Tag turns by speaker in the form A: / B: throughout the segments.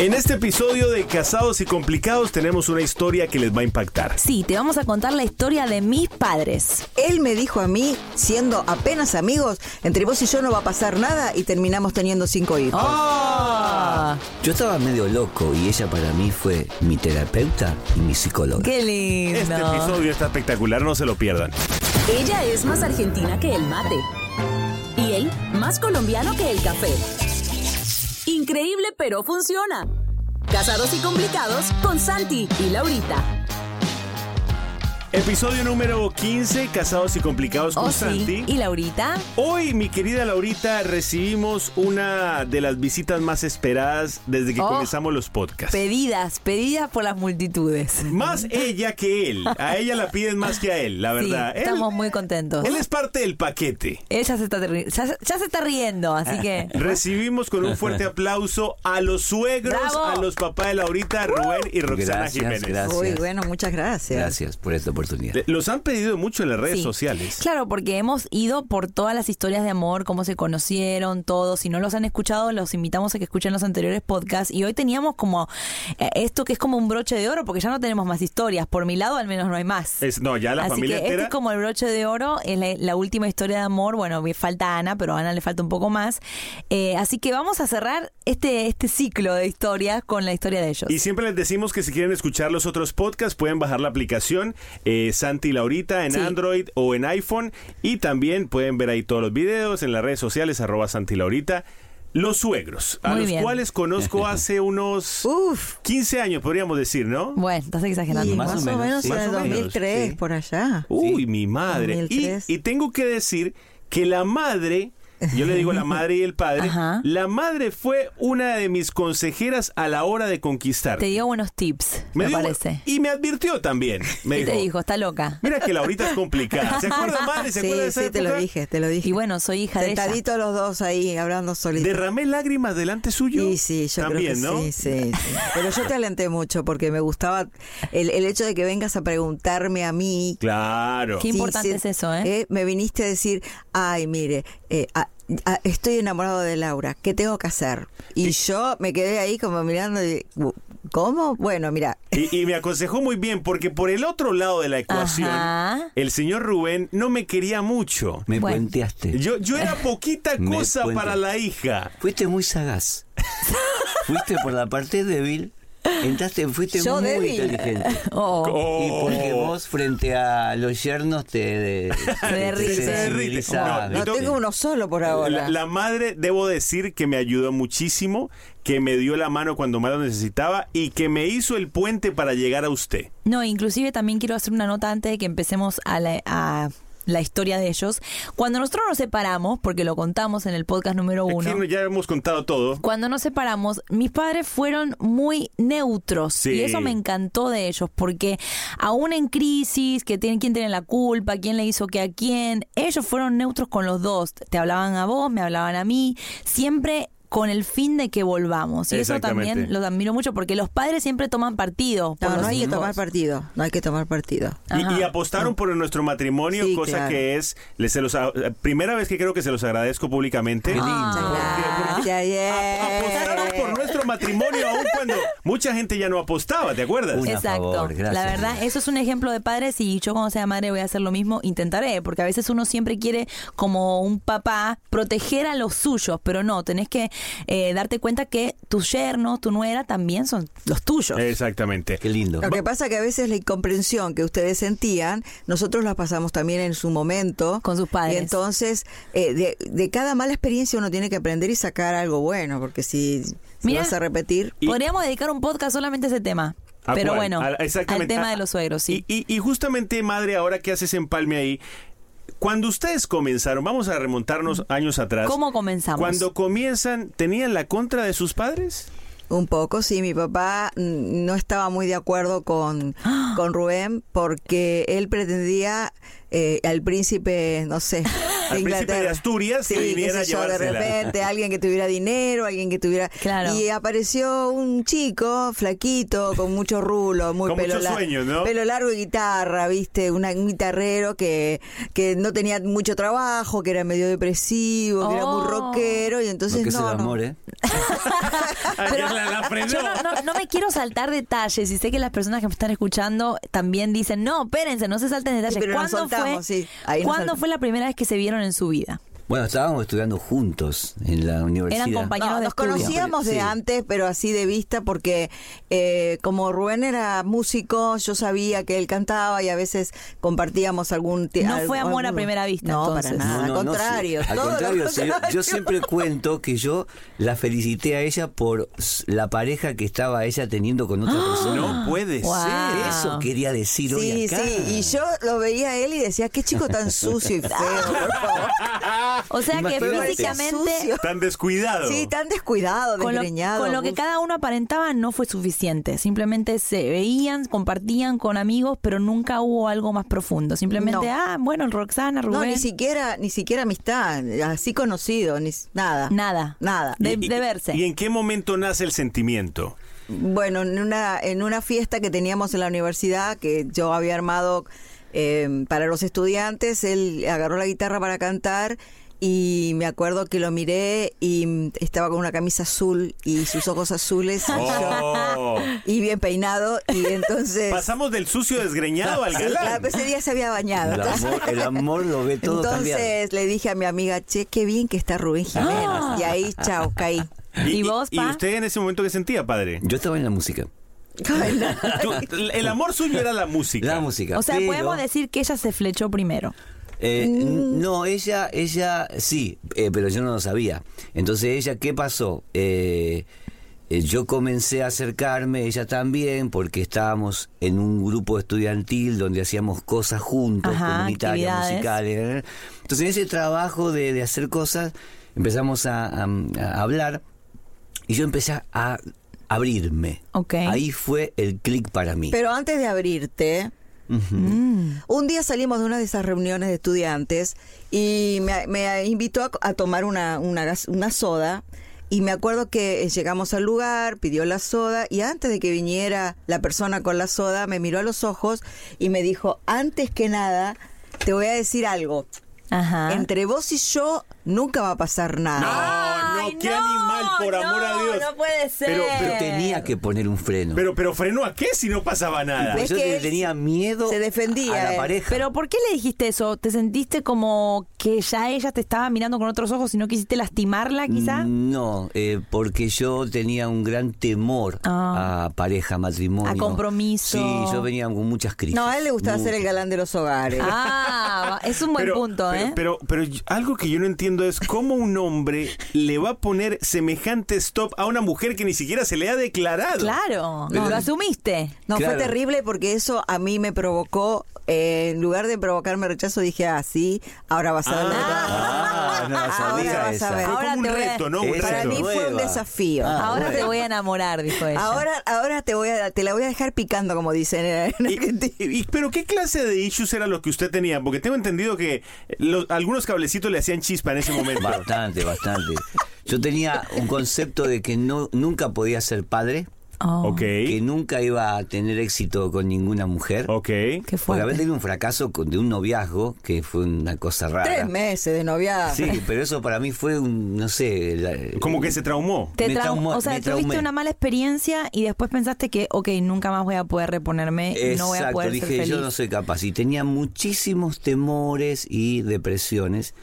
A: En este episodio de Casados y Complicados tenemos una historia que les va a impactar.
B: Sí, te vamos a contar la historia de mis padres.
C: Él me dijo a mí, siendo apenas amigos, entre vos y yo no va a pasar nada y terminamos teniendo cinco hijos.
D: Yo estaba medio loco y ella para mí fue mi terapeuta y mi psicóloga.
B: ¡Qué lindo!
A: Este episodio está espectacular, no se lo pierdan.
E: Ella es más argentina que el mate. Y él más colombiano que el café. Increíble, pero funciona. Casados y complicados con Santi y Laurita.
A: Episodio número 15, Casados y Complicados con
B: Oh, sí.
A: Santi.
B: ¿Y Laurita?
A: Hoy, mi querida Laurita, recibimos una de las visitas más esperadas desde que
B: Oh.
A: comenzamos los podcasts.
B: Pedidas, pedidas por las multitudes.
A: Más ella que él. A ella la piden más que a él, la verdad.
B: Sí,
A: Él-
B: estamos muy contentos.
A: él es parte del paquete.
B: Él ya se está, terri- ya, se- ya se está riendo, así que...
A: Recibimos con un fuerte aplauso a los suegros,
B: Bravo.
A: a los papás de Laurita, Rubén y Roxana
D: Gracias,
A: Jiménez.
D: gracias.
C: Uy, bueno, muchas gracias.
D: Gracias por esta oportunidad.
A: Le- Los han pedido mucho en las redes
B: Sí.
A: sociales.
B: Claro, porque hemos ido por todas las historias de amor, cómo se conocieron, todo. Si no los han escuchado, los invitamos a que escuchen los anteriores podcasts. Y hoy teníamos como eh, esto que es como un broche de oro, porque ya no tenemos más historias. Por mi lado, al menos no hay más.
A: Es- no, ya la
B: Así
A: familia
B: que
A: entera.
B: este es como el broche de oro, es la, la última historia de amor. Bueno, me falta Ana, pero a Ana le falta un poco más. Eh, así que vamos a cerrar este, este ciclo de historias con la historia de ellos.
A: Y siempre les decimos que si quieren escuchar los otros podcasts, pueden bajar la aplicación eh, Santi y Laurita en
B: Sí.
A: Android o en iPhone. Y también pueden ver ahí todos los videos en las redes sociales, arroba Santi y Laurita. Los suegros, a
B: Muy
A: los
B: bien. Uh.
A: cuales conozco hace unos
C: Uf.
A: 15 años, podríamos decir, ¿no?
B: Bueno, estás exagerando.
C: Y
D: Más o
C: más,
D: menos,
C: o menos
D: sí.
C: en el
A: Más o menos,
C: 2003,
A: sí. Uh,
C: por allá.
A: Uy, mi madre. Y,
C: 2003.
A: y tengo que decir que la madre, yo le digo la madre y el padre,
B: Ajá.
A: la madre fue una de mis consejeras a la hora de conquistar.
B: Te dio buenos tips, me,
A: dio-
B: parece.
A: Y me advirtió también. Me
B: ¿Qué
A: dijo,
B: te dijo? Está loca.
A: Mira que Laurita es complicada. ¿Se acuerda, madre? ¿Se
C: sí,
A: acuerda de esa
C: sí, te lo
A: época?
C: dije, te lo dije.
B: Y bueno, soy hija de ella.
C: Sentaditos los dos ahí, hablando solitos.
A: Derramé lágrimas delante suyo.
C: Y sí, yo
A: también,
C: creo que
A: ¿no?
C: sí, sí, sí. Pero yo te alenté mucho porque me gustaba el, el hecho de que vengas a preguntarme a mí
A: Claro.
B: Qué importante es eso, ¿eh?
C: Me viniste a decir, ay, mire, eh, a- a- estoy enamorado de Laura, ¿qué tengo que hacer? Y yo me quedé ahí como mirando, y, ¿cómo? Bueno, mira,
A: Y, y me aconsejó muy bien, porque por el otro lado de la ecuación,
B: Ajá.
A: el señor Rubén no me quería mucho.
D: Me
B: Bueno.
D: puenteaste.
A: Yo, yo era poquita
D: Me
A: cosa
D: cuenta.
A: para la hija.
D: Fuiste muy sagaz. fuiste por la parte débil. Entraste, fuiste
C: Yo
D: muy
C: débil.
D: inteligente.
B: Oh,
D: Y porque vos frente a los yernos te, de-
B: derrite.
D: te
B: Se derrite.
A: No,
C: no
D: sensibilizabas,
A: Y
D: ¿viste?
A: tú-
C: tengo uno solo por ahora.
A: La, la madre, debo decir que me ayudó muchísimo, que me dio la mano cuando más lo necesitaba y que me hizo el puente para llegar a usted.
B: No, inclusive también quiero hacer una nota antes de que empecemos a, la- a la historia de ellos. Cuando nosotros nos separamos, porque lo contamos en el podcast número uno.
A: Aquí ya hemos contado todo.
B: Cuando nos separamos, mis padres fueron muy neutros.
A: Sí.
B: Y eso me encantó de ellos, porque aún en crisis, que tienen, quién tiene la culpa, quién le hizo qué a quién, ellos fueron neutros con los dos. Te hablaban a vos, me hablaban a mí. Siempre con el fin de que volvamos. Y eso también
C: Exactamente.
B: los admiro mucho, porque los padres siempre toman partido. por
C: No, no
B: los
C: hay que
B: hijos.
C: tomar partido, no hay que tomar partido.
A: Y, y apostaron por nuestro matrimonio,
C: Sí,
A: cosa
C: claro.
A: que es, les, se los, a- eh, primera vez que creo que se los agradezco públicamente.
C: Ah,
B: Ah.
A: Ah,
C: Gracias,
A: Apostaron por nuestro matrimonio, aun cuando mucha gente ya no apostaba, ¿te acuerdas?
B: Exacto. la verdad, eso es un ejemplo de padres y yo cuando sea madre voy a hacer lo mismo, intentaré, porque a veces uno siempre quiere como un papá proteger a los suyos, pero no, tenés que eh, darte cuenta que tus yernos, tu nuera también son... los tuyos.
A: Eh, Exactamente. Qué
D: lindo.
C: Lo que pasa que a veces la incomprensión que ustedes sentían, nosotros la pasamos también en su momento.
B: Con sus padres.
C: Y entonces, eh, de, de cada mala experiencia uno tiene que aprender y sacar algo bueno, porque si, si
B: Mira,
C: vas a repetir...
B: Podríamos dedicar un podcast solamente a ese tema.
A: ¿A
B: Pero
A: Ah, cuál?
B: bueno,
A: Al-
B: al,
A: exactamente.
B: tema
A: Ah,
B: de los suegros, sí.
A: Y, y justamente, madre, ahora que haces empalme ahí, cuando ustedes comenzaron, vamos a remontarnos años atrás.
B: ¿Cómo comenzamos?
A: Cuando comienzan, ¿tenían la contra de sus padres?
C: Un poco, sí. Mi papá mm, no estaba muy de acuerdo con, con Rubén porque él pretendía eh, al príncipe, no sé, de
A: Al príncipe de
C: Inglaterra.
A: Asturias que
C: Sí, qué
A: viniera a
C: sé yo, de
A: llevársela.
C: repente, alguien que tuviera dinero, alguien que tuviera... Y apareció un chico flaquito, con mucho rulo, muy
A: Con
C: pelo,
A: mucho
C: lar-
A: sueño, ¿no?
C: pelo largo y guitarra, ¿viste? Una- un guitarrero que, que no tenía mucho trabajo, que era medio depresivo, que era muy
B: Oh.
C: rockero y entonces
D: Porque
C: no,
D: es el
C: no.
D: amor, ¿eh?
B: Pero Ah, yo no, no- no me quiero saltar detalles y sé que las personas que me están escuchando también dicen, no, espérense, no se salten detalles.
C: Sí, pero nos
B: ¿Cuándo,
C: soltamos,
B: fue,
C: sí. Ahí nos
B: ¿cuándo
C: soltamos.
B: fue la primera vez que se vieron en su vida?
D: Bueno, estábamos estudiando juntos en la
A: Pues
D: universidad.
C: No, nos conocíamos de
D: Sí.
C: antes, pero así de vista, porque eh, como Rubén era músico, yo sabía que él cantaba y a veces compartíamos algún tie-
B: No fue
C: algo-
B: amor a
C: alguno.
B: primera vista,
C: No,
B: entonces.
C: para nada.
D: No, no,
C: al
D: no, sí.
C: contrario.
D: Al
C: todo lo
D: contrario, sí, yo-
C: contrario.
D: yo siempre cuento que yo la felicité a ella por s- la pareja que estaba ella teniendo con otra
C: Ah,
D: persona.
C: no puede
D: Wow.
C: ser.
D: Eso quería decir hoy
C: Sí,
D: acá.
C: sí, y yo lo veía a él y decía, qué chico tan sucio y feo, por favor.
B: O sea que
C: Imagínate.
B: físicamente...
A: Tan descuidado.
C: Sí, tan descuidado,
B: Con lo,
C: desgreñado.
B: con lo que
C: uf.
B: cada uno aparentaba no fue suficiente. Simplemente se veían, compartían con amigos, pero nunca hubo algo más profundo. Simplemente,
C: No.
B: ah, bueno, Roxana, Rubén.
C: No, ni siquiera, ni siquiera amistad, así conocido, ni s- nada.
B: Nada.
C: Nada.
B: De- de verse.
A: ¿Y en qué momento nace el sentimiento?
C: Bueno, en una, en una fiesta que teníamos en la universidad que yo había armado eh, para los estudiantes, él agarró la guitarra para cantar y me acuerdo que lo miré y estaba con una camisa azul y sus ojos azules y, yo-
A: Oh.
C: y bien peinado y entonces...
A: Pasamos del sucio desgreñado al
C: Sí,
A: galán.
C: claro,
B: pues,
C: ese día se había bañado.
D: El amor, el amor lo ve todo cambiado.
C: Entonces le dije a mi amiga, che, qué bien que está Rubén Jiménez.
D: Ah.
C: Y ahí, chao, caí.
A: ¿Y, y- ¿Y usted en ese momento qué sentía, padre?
D: Yo estaba en la música.
A: Tú- el amor suyo era la música.
D: La música.
B: o sea,
D: pero,
B: podemos decir que ella se flechó primero.
D: eh,
B: Mm.
D: n- no, ella, ella sí, eh, pero yo no lo sabía. Entonces ella, ¿qué pasó? Eh, eh, yo comencé a acercarme, ella también, porque estábamos en un grupo estudiantil donde hacíamos cosas juntos,
B: Ajá,
D: comunitarias,
B: actividades.
D: musicales. ¿eh? Entonces en ese trabajo de, de hacer cosas empezamos a- a- a hablar y yo empecé a abrirme.
B: Ok.
D: Ahí fue el clic para mí.
C: Pero antes de abrirte, mm,
D: Ujú.
C: Un día salimos de una de esas reuniones de estudiantes y me, me invitó a, a tomar una, una, gas- una soda. Y me acuerdo que eh, llegamos al lugar, pidió la soda y antes de que viniera la persona con la soda, me miró a los ojos y me dijo, antes que nada, te voy a decir algo.
B: Ah.
C: Entre vos y yo nunca va a pasar nada.
A: No, qué animal, por amor a Dios.
B: puede
D: Pero, pero tenía que poner un freno.
A: Pero, pero frenó a qué si no pasaba nada.
D: Por
B: Pues
D: eso te- tenía miedo
C: se defendía
D: a la
C: él.
D: pareja.
B: Pero ¿por qué le dijiste eso? ¿Te sentiste como que ya ella te estaba mirando con otros ojos y no quisiste lastimarla quizá?
A: Mm.
D: No, eh, porque yo tenía un gran temor
C: Ah.
D: a pareja, matrimonio.
B: A compromiso.
D: Sí, yo venía con muchas crisis.
C: No, a él le gustaba ser el galán de los hogares.
B: Ah, va- es un buen punto,
A: pero,
B: ¿eh?
A: Pero, pero yo- algo que yo no entiendo entiendo es cómo un hombre le va a poner semejante stop a una mujer que ni siquiera se le ha declarado.
B: Claro, no, lo asumiste.
C: No,
A: Claro.
C: fue terrible porque eso a mí me provocó, eh, en lugar de provocarme rechazo, dije, ah, sí, ahora vas a ver. la
D: Ah, no
C: Ahora
D: sabía
C: vas a
D: esa.
C: ver.
B: Ahora te voy a-
D: Esa
C: Para
D: es
C: mí fue un
D: nueva.
C: desafío.
D: Ah,
B: Ahora
D: bueno.
B: te voy a enamorar, dijo ella.
C: Ahora, ahora te voy a, te la voy a dejar picando, como dicen en- en Argentina.
A: Y- y- pero qué clase de issues era los que usted tenía, porque tengo entendido que los- algunos cablecitos le hacían chispa en ese momento.
D: Bastante, bastante. Yo tenía un concepto de que no, nunca podía ser padre,
B: Oh,
A: ok,
D: que nunca iba a tener éxito con ninguna mujer.
A: ok.
B: Qué
D: Porque había
B: fuerte.
D: tenido un fracaso con- de un noviazgo, que fue una cosa rara.
C: Tres meses de noviada.
B: Ah.
D: Sí, pero eso para mí fue un, no sé, la-
A: Como que se traumó.
B: Te
D: me
B: trau-
D: traumó-
B: o sea,
D: me
B: tuviste
D: traumé.
B: una mala experiencia y después pensaste que, ok, nunca más voy a poder reponerme, no voy a poder
D: dije,
B: ser feliz.
D: yo no soy capaz. Y tenía muchísimos temores y depresiones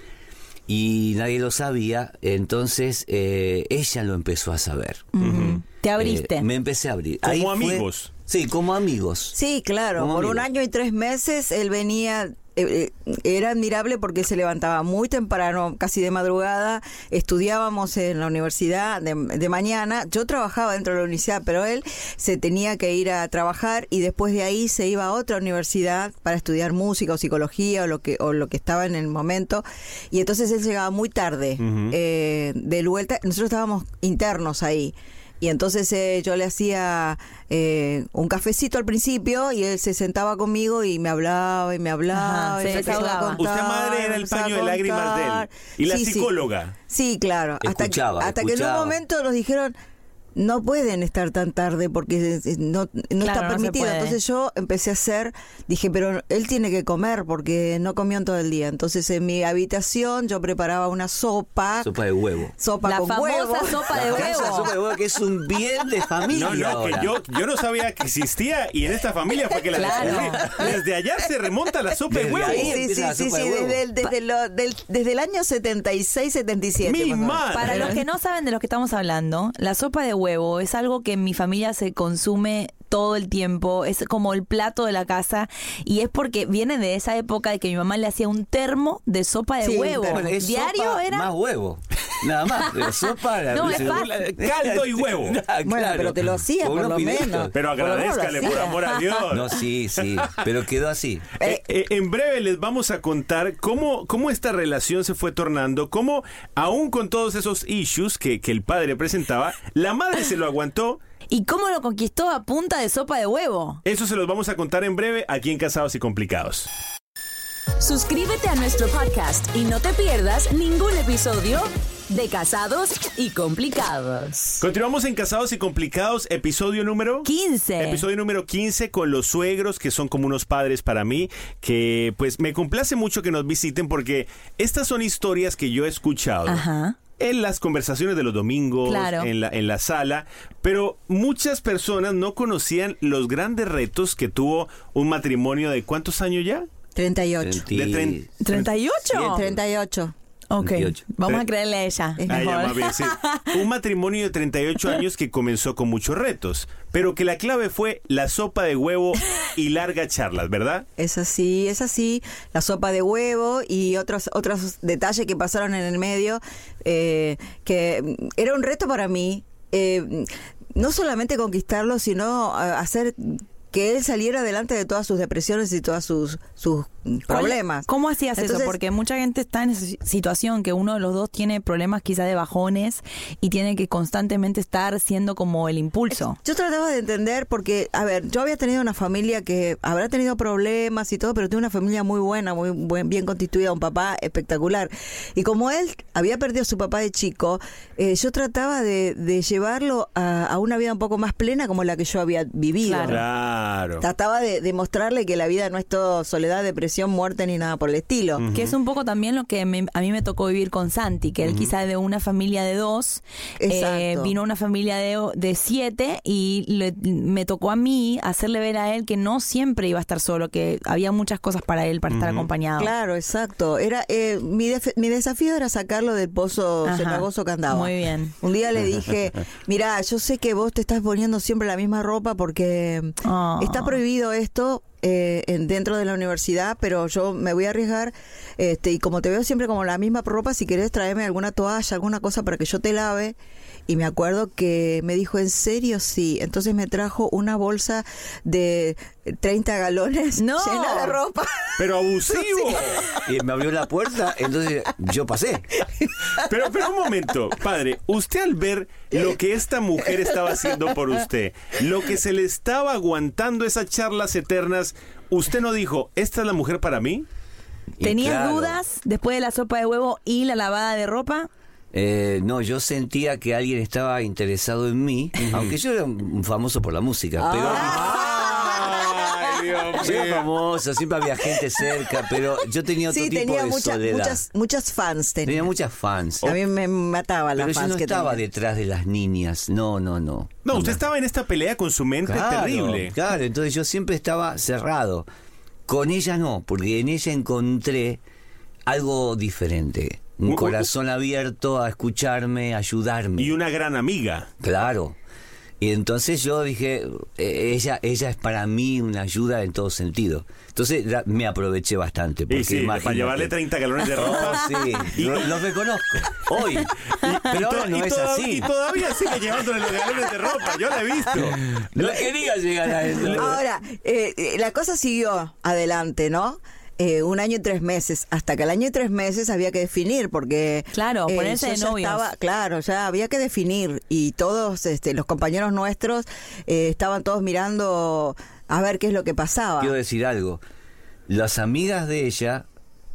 D: y nadie lo sabía. Entonces eh, ella lo empezó a saber.
B: Ujú. Te abriste.
D: Eh, me empecé a abrir.
A: Como
D: fue-
A: amigos.
D: sí, como amigos.
C: Sí, claro.
D: Como
C: Por un
D: amigo.
C: año y tres meses él venía. eh, eh, Era admirable porque se levantaba muy temprano, casi de madrugada. Estudiábamos en la universidad de, de mañana. Yo trabajaba dentro de la universidad, pero él se tenía que ir a trabajar y después de ahí se iba a otra universidad para estudiar música o psicología o lo que o lo que estaba en el momento. Y entonces él llegaba muy tarde eh, de vuelta. Nosotros estábamos internos ahí. Y entonces eh, yo le hacía eh, un cafecito al principio y él se sentaba conmigo y me hablaba y me hablaba.
B: Ajá,
C: y
B: se
C: me empezaba
B: desahogaba.
C: a contar,
A: Usted madre era el
C: empezaba
A: paño de
C: a
A: lágrimas de él.
C: contar.
A: Y la
C: Sí, sí.
A: psicóloga.
C: Sí, claro. Hasta,
D: Escuchaba,
C: que, hasta que en un
D: escuchaba.
C: momento nos dijeron, no pueden estar tan tarde porque es- es- no, no
B: Claro, no
C: está
B: se
C: permitido.
B: puede.
C: Entonces yo empecé a hacer, dije, pero él tiene que comer porque no comió en todo el día. Entonces en mi habitación yo preparaba una sopa.
D: Sopa de huevo.
C: sopa
B: La
C: con
B: famosa
C: huevo.
B: sopa de
D: La famosa
B: huevo.
D: sopa de huevo que es un bien de familia.
A: No, no, que
D: ahora.
A: yo, yo no sabía que existía y en esta familia fue que la
B: Claro.
A: descubrí. Desde allá se remonta la sopa de
D: Desde
A: huevo.
D: ahí
C: Sí, sí, sí,
D: empieza la
C: sí,
D: sopa de
C: sí,
D: huevo.
C: desde, el, desde, lo- del- desde el año 76, 77.
A: Mi
C: más o menos.
A: madre.
B: Para los que no saben de lo que estamos hablando, la sopa de huevo es algo que en mi familia se consume todo el tiempo, es como el plato de la casa y es porque viene de esa época de que mi mamá le hacía un termo de sopa de
C: Sí,
B: huevo.
C: pero
D: Bueno, es
B: Diario
D: sopa
B: era
D: Más huevo. Nada más. Pero sopa. la-
B: No, es
D: se-
B: fácil.
A: Caldo y huevo.
D: Ah,
C: Bueno,
D: claro.
C: pero te lo hacía
D: Con
C: por
D: unos
C: lo
D: pinitos.
C: menos.
A: Pero
C: Por lo menos lo
A: agradezcale, por
C: hacía.
A: amor a Dios.
D: No, sí, sí. Pero quedó así.
A: Eh, eh, en breve les vamos a contar cómo, cómo esta relación se fue tornando, cómo aún con todos esos issues que, que el padre presentaba, la madre se lo aguantó.
B: y cómo lo conquistó a punta de sopa de huevo.
A: Eso se los vamos a contar en breve aquí en Casados y Complicados.
E: Suscríbete a nuestro podcast y no te pierdas ningún episodio de Casados y Complicados.
A: Continuamos en Casados y Complicados, episodio número
B: 15.
A: Episodio número 15 con los suegros, que son como unos padres para mí, que pues me complace mucho que nos visiten porque estas son historias que yo he escuchado.
B: Ajá.
A: En las conversaciones de los domingos,
B: Claro.
A: en, la, en la sala, pero muchas personas no conocían los grandes retos que tuvo un matrimonio de cuántos años ya?
C: 38.
D: Sentí-
A: De tren-
B: 38.
C: 38.
B: Ok,
D: 38.
B: vamos a
A: Tre-
B: creerle a ella.
C: Es
A: Ah, ya,
B: mejor.
A: más bien, sí. Un matrimonio de 38 años que comenzó con muchos retos, pero que la clave fue la sopa de huevo y largas charlas, ¿verdad?
C: Es así, es así. La sopa de huevo y otros, otros detalles que pasaron en el medio, eh, que mm, era un reto para mí. eh, mm, no solamente conquistarlo, sino a- hacer que él saliera adelante de todas sus depresiones y todos sus, sus mm,
B: ¿Cuál-
C: problemas.
B: ¿Cómo hacías
C: Entonces,
B: eso? Porque mucha gente está en esa si- situación que uno de los dos tiene problemas quizá de bajones y tiene que constantemente estar siendo como el impulso.
C: Yo trataba de entender porque, a ver, yo había tenido una familia que habrá tenido problemas y todo, pero tuve una familia muy buena, muy buen- bien constituida, un papá espectacular. Y como él había perdido a su papá de chico, eh, yo trataba de, de llevarlo a, a una vida un poco más plena como la que yo había vivido.
B: Claro.
A: Claro.
C: Trataba de, de mostrarle que la vida no es todo soledad, depresión, muerte ni nada por el estilo.
B: Que es un poco también lo que me- a mí me tocó vivir con Santi, que él quizá de una familia de dos, eh,
C: Exacto.
B: vino a una familia de, de siete y le- me tocó a mí hacerle ver a él que no siempre iba a estar solo, que había muchas cosas para él para estar acompañado.
C: Claro, exacto. Era eh, mi, def- mi desafío era sacarlo del pozo
B: Ajá.
C: cenagoso que andaba.
B: Muy bien.
C: Un día le dije, mira, yo sé que vos te estás poniendo siempre la misma ropa porque
B: Ah.
C: está prohibido esto. eh, en- dentro de la universidad, pero yo me voy a arriesgar. Este, y como te veo siempre como la misma ropa, si querés traerme alguna toalla, alguna cosa para que yo te lave. Y me acuerdo que me dijo, ¿en serio? Sí. Entonces me trajo una bolsa de 30 galones
B: No.
C: llena de ropa.
A: Pero abusivo.
D: Y me abrió la puerta, entonces yo pasé.
A: Pero, pero un momento, padre, usted al ver lo que esta mujer estaba haciendo por usted, lo que se le estaba aguantando esas charlas eternas, usted no dijo, ¿esta es la mujer para mí?
D: Y
B: ¿Tenías
D: claro,
B: dudas después de la sopa de huevo y la lavada de ropa?
D: eh, no, yo sentía que alguien estaba interesado en mí, aunque yo era un famoso por la música, pero...
C: Ah.
D: Yo era famoso, siempre había gente cerca, pero yo tenía otro
C: Sí,
D: tipo
C: tenía
D: de
C: muchas
D: soledad.
C: muchas, muchas fans. Tenía.
D: Tenía muchas fans.
C: A mí me mataba las
D: Pero yo
C: fans
D: no
C: que
D: estaba
C: tenía.
D: detrás de las niñas. No, no, no.
A: No, usted estaba en esta pelea con su mente
D: Claro,
A: terrible.
D: Claro, entonces yo siempre estaba cerrado. Con ella no, porque en ella encontré algo diferente.
A: U-
D: Un
A: u-
D: corazón abierto a escucharme, a ayudarme.
A: Y una gran amiga.
D: Claro. Y entonces yo dije, eh, ella, ella es para mí una ayuda en todo sentido. Entonces la- me aproveché bastante. Porque
A: Y sí, para
D: imagínate.
A: llevarle 30 galones de
D: Oh,
A: ropa.
D: sí, lo, lo reconozco. Hoy.
A: Y
D: Pero
A: to-
D: ahora no
A: y
D: es
A: toda-
D: así.
A: Y todavía sigue llevándole los galones de ropa, yo la he visto.
D: No quería llegar a eso.
C: Ahora, eh, eh, la cosa siguió adelante, ¿no? Eh, un año y tres meses, hasta que el año y tres meses había que definir, porque...
B: Claro,
C: eh,
B: ponerse
C: yo
B: de
C: ya
B: novios.
C: estaba- claro, ya había que definir y todos este, los compañeros nuestros eh, estaban todos mirando a ver qué es lo que pasaba.
D: Quiero decir algo. Las amigas de ella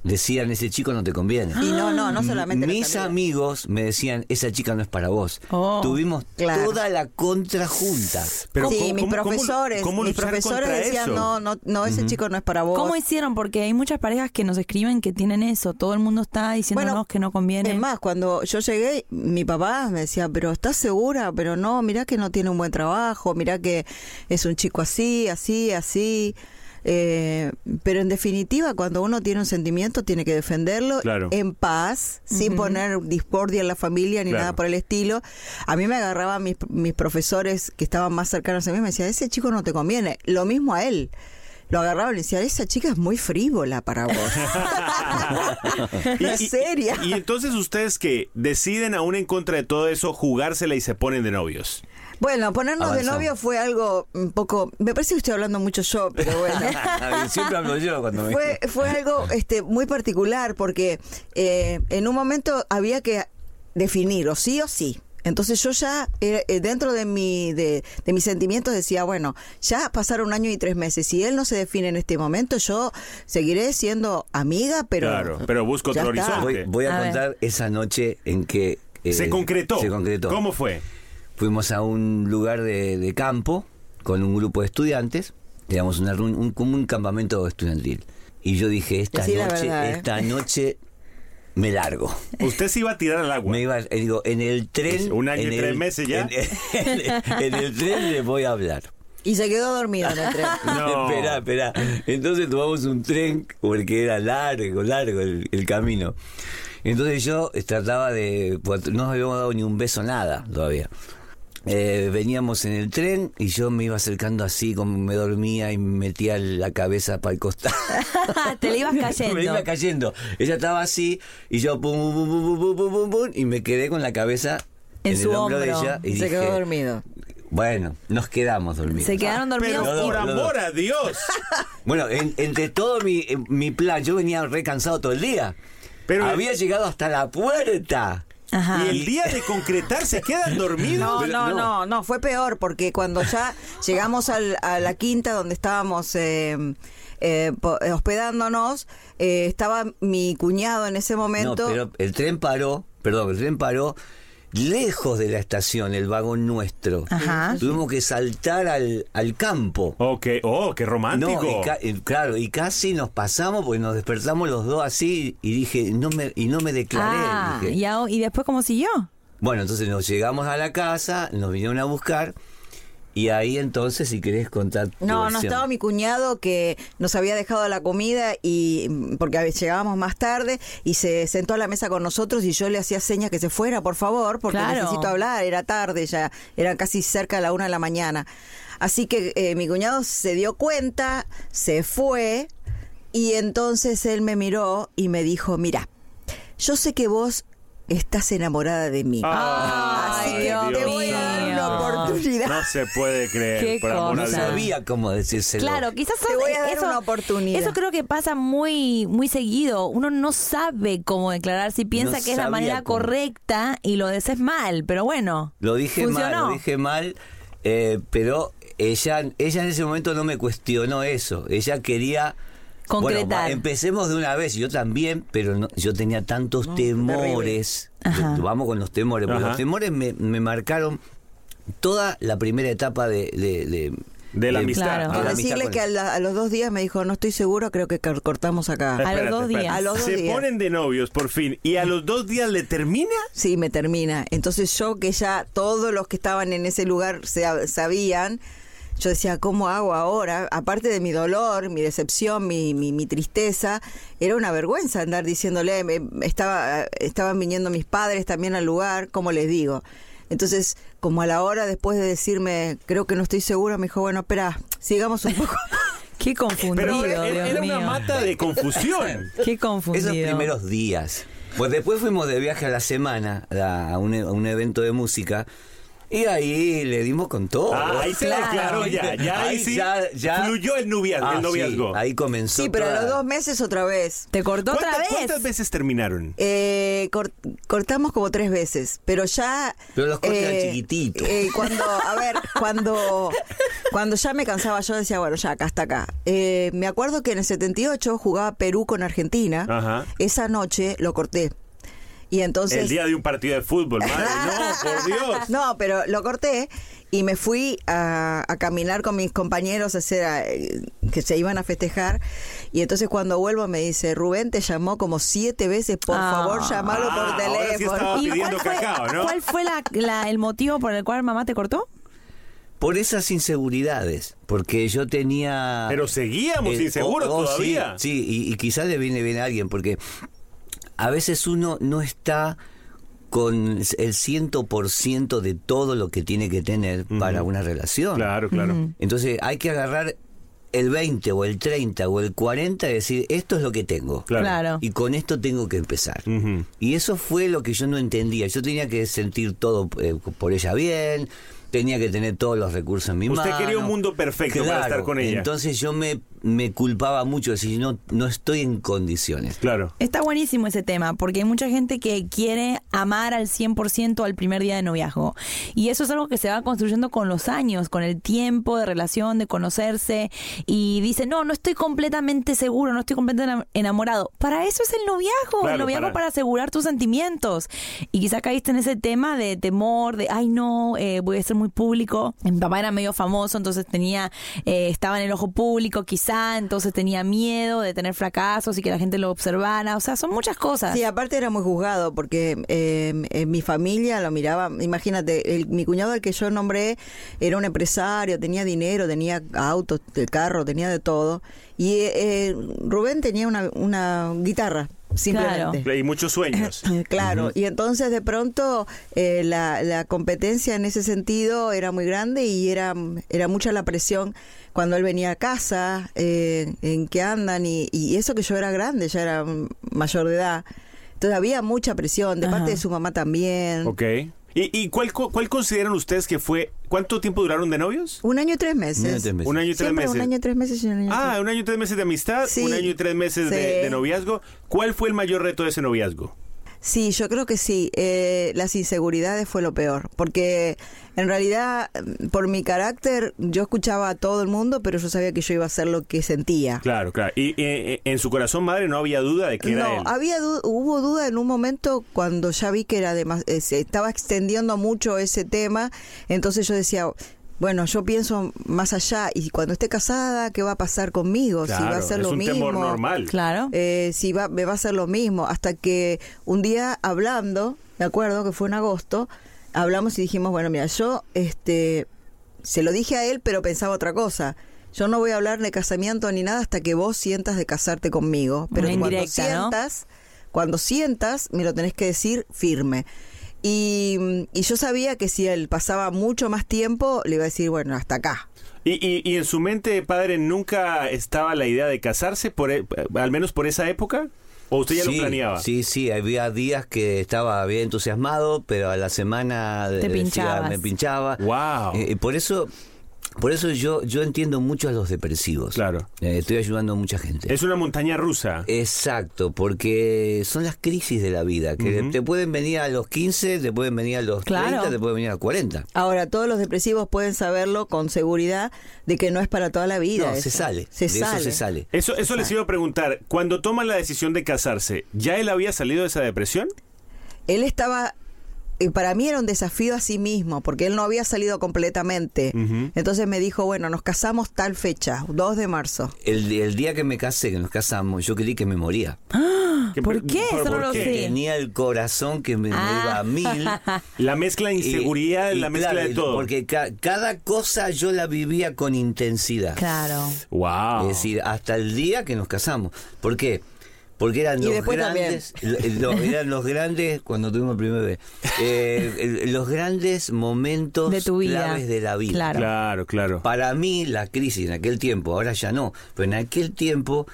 D: decían, ese chico no te conviene.
C: Y no, no, Ah, no solamente...
D: Ah. Mis
C: las amigas.
D: amigos me decían, esa chica no es para vos.
B: Oh.
D: Tuvimos
C: Claro.
D: toda la contra junta.
C: sí, mis profesores, mis
A: luchar
C: profesores
A: contra
C: decían,
A: eso?
C: no, no, no, ese chico no es para vos.
B: ¿Cómo hicieron? Porque hay muchas parejas que nos escriben que tienen eso. Todo el mundo está diciéndonos que no conviene.
C: Es más, cuando yo llegué, mi papá me decía, pero ¿estás segura? Pero no, mirá que no tiene un buen trabajo, mirá que es un chico así, así, así. Eh, pero en definitiva, cuando uno tiene un sentimiento, tiene que defenderlo
A: Claro.
C: en paz, sin poner discordia en la familia ni
A: Claro.
C: nada por el estilo. A mí me agarraban mis, mis profesores que estaban más cercanos a mí, me decían, ese chico no te conviene. Lo mismo a él. Lo agarraban y decían, esa chica es muy frívola para vos. Es seria.
A: Y entonces ustedes que deciden aún en contra de todo eso jugársela y se ponen de novios.
C: Bueno, ponernos
D: Avanzó.
C: de novio fue algo un poco. Me parece que estoy hablando mucho yo, pero bueno.
D: Siempre hablo yo cuando me...
C: fue, fue algo este, muy particular porque eh, en un momento había que definir o sí o sí. Entonces yo ya eh, eh, dentro de mi de, de mis sentimientos decía bueno ya pasaron un año y tres meses si él no se define en este momento yo seguiré siendo amiga pero
A: Claro, pero busco otro
C: ya está.
A: horizonte.
D: Voy, voy a,
B: A ver.
D: contar esa noche en que... eh,
A: se concretó.
D: Se concretó.
A: ¿Cómo fue?
D: Fuimos a un lugar de, de campo con un grupo de estudiantes. Teníamos una reun- un, como un campamento estudiantil. Y yo dije, esta
C: Decí la
D: noche,
C: verdad, ¿eh?
D: esta noche me largo.
A: Usted se iba a tirar al agua.
D: Me iba, eh, digo, en el tren...
A: Un año y
D: en
A: tres
D: el-
A: meses ya.
D: En, en el tren le voy a hablar.
C: y se quedó dormido en el tren.
A: No.
D: Esperá, esperá. Entonces tomamos un tren porque era largo, largo el, el camino. Entonces yo trataba de. pues, No nos habíamos dado ni un beso, nada todavía. Eh, veníamos en el tren y yo me iba acercando así, como me dormía y me metía la cabeza para el costado.
B: Te le ibas
D: me
B: cayendo.
D: iba cayendo. Ella estaba así y yo pum, pum, pum, pum, pum, pum, pum, pum, y me quedé con la cabeza
B: En
D: en,
B: su
D: el hombro, de
B: hombro.
D: ella. Y
C: se
D: dije,
C: quedó dormido.
D: Bueno, nos quedamos dormidos.
B: Se quedaron
A: Pero
B: dormidos.
D: No, no,
A: por
D: no, no.
A: amor a Dios.
D: Bueno, en- entre todo mi, eh, mi plan, yo venía re cansado todo el día.
A: Pero-
D: Pero había llegado hasta la puerta.
B: Ajá.
A: Y el día de concretar se quedan dormidos.
C: No,
D: Pero
C: no,
D: no.
C: no, no, fue peor porque cuando ya llegamos al- a la quinta donde estábamos eh, eh, po- eh, hospedándonos, eh, estaba mi cuñado en ese
D: No,
C: momento.
D: pero el tren paró, perdón, el tren paró lejos de la estación, el vagón nuestro.
B: Ajá.
D: Tuvimos que saltar al, al campo.
A: Oh, qué, oh, qué romántico.
D: No, y ca- y claro, y casi nos pasamos porque nos despertamos los dos así y dije, no me, y no me declaré.
B: Ah,
D: dije.
B: y, a- y después, ¿cómo siguió?
D: Bueno, entonces nos llegamos a la casa, nos vinieron a buscar y ahí entonces, si querés contar. tu
C: No, no
D: versión.
C: estaba mi cuñado que nos había dejado la comida y mm, porque a veces llegábamos más tarde y se sentó a la mesa con nosotros y yo le hacía señas que se fuera, por favor, porque
B: Claro.
C: necesito hablar, era tarde ya, era casi cerca de la una de la mañana. Así que eh, mi cuñado se dio cuenta, se fue y entonces él me miró y me dijo, mira, yo sé que vos estás enamorada de mí.
A: Ah. Ay,
C: Así que te
A: Dios
C: voy a dar una
A: mío.
C: oportunidad.
A: No se puede creer.
B: Qué
A: por amor a
B: cosa.
A: Dios.
D: Sabía cómo decírselo.
B: Claro, quizás
C: Te
B: son-
C: voy a dar
B: eso,
C: una oportunidad.
B: Eso creo que pasa muy, muy seguido. Uno no sabe cómo declarar si piensa
D: No
B: que es la
D: sabía
B: manera
D: cómo.
B: correcta y lo desees mal, pero bueno.
D: Lo dije
B: Funcionó.
D: mal, lo dije mal, eh, pero ella, ella en ese momento no me cuestionó eso. Ella quería... bueno,
B: Concretar.
D: va- empecemos de una vez, yo también, pero no- yo tenía tantos temores.
B: Ajá.
D: Eh, Vamos con los temores, porque
A: Ajá.
D: los temores me, me marcaron toda la primera etapa de... de, de-
A: De la amistad.
B: Claro.
D: de
C: Por
D: la amistad
C: decirle
D: con
C: que a,
D: él.
C: la- a los dos días me dijo, no estoy seguro, creo que cor- cortamos acá.
B: Ah. los dos días.
C: A los dos
A: se
C: días.
A: ponen de novios por fin y a los dos días le termina.
C: Sí, me termina. Entonces yo que ya todos los que estaban en ese lugar se- sabían, yo decía, ¿cómo hago ahora? Aparte de mi dolor, mi decepción, mi, mi, mi tristeza, era una vergüenza andar diciéndole, me- estaba, estaban viniendo mis padres también al lugar, ¿cómo les digo? Entonces, como a la hora después de decirme, creo que no estoy segura, me dijo, bueno, espera, sigamos un poco.
B: Qué confundido,
A: Pero era,
B: Dios
A: era una
B: mío.
A: mata de confusión.
B: Qué confundido.
D: Esos primeros días. Pues después fuimos de viaje a la semana a a un, e, a un evento de música y ahí le dimos con todo.
A: Ah, ahí se
B: Claro.
A: declaró ya. Ya ahí, sí
D: ya- ya-
A: fluyó el, novia-
D: Ah,
A: el
D: sí,
A: noviazgo.
D: ahí comenzó.
C: Sí, pero a
D: toda-
C: los dos meses otra vez.
B: Te cortó otra
A: ¿Cuántas-
B: vez.
A: ¿Cuántas veces terminaron?
C: Eh, cor- cortamos como tres veces, pero ya.
D: Pero los cortes eran chiquititos.
C: eh, cuando, a ver, cuando, cuando ya me cansaba, yo decía, bueno, ya acá hasta acá. Eh, me acuerdo que en el 78 jugaba Perú con Argentina.
A: Ajá.
C: Esa noche lo corté. Y entonces.
A: el día de un partido de fútbol, madre. No, por Dios.
C: No, pero lo corté y me fui a, a caminar con mis compañeros a hacer a- eh, que se iban a festejar. Y entonces cuando vuelvo me dice, Rubén te llamó como siete veces, por
B: Ah.
C: favor, llamalo
A: Ah,
C: por
A: ahora sí
C: teléfono.
A: estaba
B: ¿Y
A: pidiendo
B: cuál fue,
A: cacao, ¿no?
B: cuál fue la- la- el motivo por el cual mamá te cortó?
D: Por esas inseguridades, porque yo tenía...
A: Pero seguíamos
D: Eh,
A: inseguros
D: oh, oh, sí,
A: todavía.
D: Sí, y, y quizás le viene bien a alguien, porque a veces uno no está con el ciento por ciento de todo lo que tiene que tener para una relación.
A: Claro, claro.
D: Entonces hay que agarrar el 20 o el 30 o el 40 y decir, esto es lo que tengo.
A: Claro.
B: Claro.
D: Y con esto tengo que empezar.
A: Ujú.
D: Y eso fue lo que yo no entendía. Yo tenía que sentir todo eh, por ella bien, tenía que tener todos los recursos en mi
A: Usted
D: mano.
A: quería un mundo perfecto para estar con ella.
D: Entonces yo me, me culpaba mucho, decir, no, no estoy en condiciones.
A: Claro.
B: Está buenísimo ese tema, porque hay mucha gente que quiere amar al 100% al primer día de noviazgo. Y eso es algo que se va construyendo con los años, con el tiempo de relación, de conocerse. Y dice, no, no estoy completamente seguro, no estoy completamente enamorado. Para eso es el noviazgo,
A: Claro,
B: el noviazgo
A: para-
B: para... asegurar tus sentimientos. Y quizá caíste en ese tema de temor, de, ay no, eh, voy a ser muy público. Mi papá era medio famoso, entonces tenía, eh, estaba en el ojo público quizá, entonces tenía miedo de tener fracasos y que la gente lo observara. O sea, son muchas cosas.
C: Sí, aparte era muy juzgado porque eh, en mi familia lo miraba, imagínate, el- mi cuñado al que yo nombré era un empresario, tenía dinero, tenía autos, el carro, tenía de todo. Y eh, Rubén tenía una, una guitarra, simplemente.
A: Y muchos sueños.
C: Claro, y entonces de pronto eh, la, la competencia en ese sentido era muy grande y era, era mucha la presión cuando él venía a casa, eh, en qué andan, y, y eso que yo era grande, ya era mm, mayor de edad. Entonces había mucha presión, de parte de su mamá también.
A: ok. ¿Y, y cuál, co- cuál consideran ustedes que fue? ¿Cuánto tiempo duraron de novios?
C: Un año y tres meses.
D: Un año y tres meses.
A: Un año y tres meses.
C: Siempre un año y tres meses y un año y
A: Ah, un año y tres meses de amistad,
C: Sí.
A: un año y tres meses de,
C: Sí.
A: de noviazgo. ¿Cuál fue el mayor reto de ese noviazgo?
C: Sí, yo creo que sí. Eh, las inseguridades fue lo peor, porque en realidad, mm, por mi carácter, yo escuchaba a todo el mundo, pero yo sabía que yo iba a hacer lo que sentía.
A: Claro, claro. Y eh, eh, en su corazón, madre, no había duda de que era
C: No,
A: él.
C: había du- hubo duda en un momento cuando ya vi que era demas- eh, se estaba extendiendo mucho ese tema, entonces yo decía, bueno, yo pienso más allá y cuando esté casada, ¿qué va a pasar conmigo? si va a
A: Claro,
C: ser
A: es
C: lo
A: un
C: mismo.
A: temor normal.
B: Claro.
C: Eh, si va, me va a hacer lo mismo. Hasta que un día hablando, me acuerdo que fue en agosto, hablamos y dijimos, bueno, mira, yo este, se lo dije a él, pero pensaba otra cosa. Yo no voy a hablar de casamiento ni nada hasta que vos sientas de casarte conmigo. Pero
B: Una
C: cuando
B: indirecta, ¿no?
C: sientas, cuando sientas, me lo tenés que decir firme. Y, y yo sabía que si él pasaba mucho más tiempo, le iba a decir, bueno, hasta acá.
A: Y, y- y en su mente, padre, nunca estaba la idea de casarse, por, e- al menos por esa época? ¿O usted ya lo
D: sí,
A: planeaba?
D: Sí, sí, había días que estaba bien entusiasmado, pero a la semana eh,
B: Te pinchabas.
D: me pinchaba.
A: Wow.
D: Eh, eh, por eso, por eso yo, yo entiendo mucho a los depresivos.
A: Claro.
D: Eh, estoy ayudando a mucha gente.
A: Es una montaña rusa.
D: Eh, Exacto, porque son las crisis de la vida, que te pueden venir a los 15, te pueden venir a los
B: Claro.
D: 30, te pueden venir a los 40.
C: Ahora, todos los depresivos pueden saberlo con seguridad de que no es para toda la vida.
D: No,
C: eso.
D: se sale.
C: Se
D: de
C: sale.
D: eso se sale.
A: Eso, eso les iba a preguntar. Cuando toman la decisión de casarse, ¿ya él había salido de esa depresión?
C: Él estaba. Y para mí era un desafío a sí mismo, porque él no había salido completamente. Entonces me dijo, bueno, nos casamos tal fecha, 2 de marzo.
D: El, el día que me casé, que nos casamos, yo creí que me moría.
B: Ah, ¿Por qué? Eso no lo
A: qué?
B: sé.
D: Tenía el corazón que me, me
B: Ah.
D: iba a mil.
A: La mezcla de inseguridad,
D: Eh, Y- y
A: la mezcla
D: claro,
A: de todo.
D: Porque ca- cada cosa yo la vivía con intensidad.
B: Claro.
A: Wow.
D: Es decir, hasta el día que nos casamos. ¿Por qué? Porque eran
C: Y
D: los
C: después
D: grandes, lo- lo- eran los grandes cuando tuvimos el primer bebé, eh, el- los grandes momentos
B: De tu vida.
D: claves de la vida.
B: Claro.
A: Claro, claro.
D: Para mí la crisis en aquel tiempo, ahora ya no, pero en aquel tiempo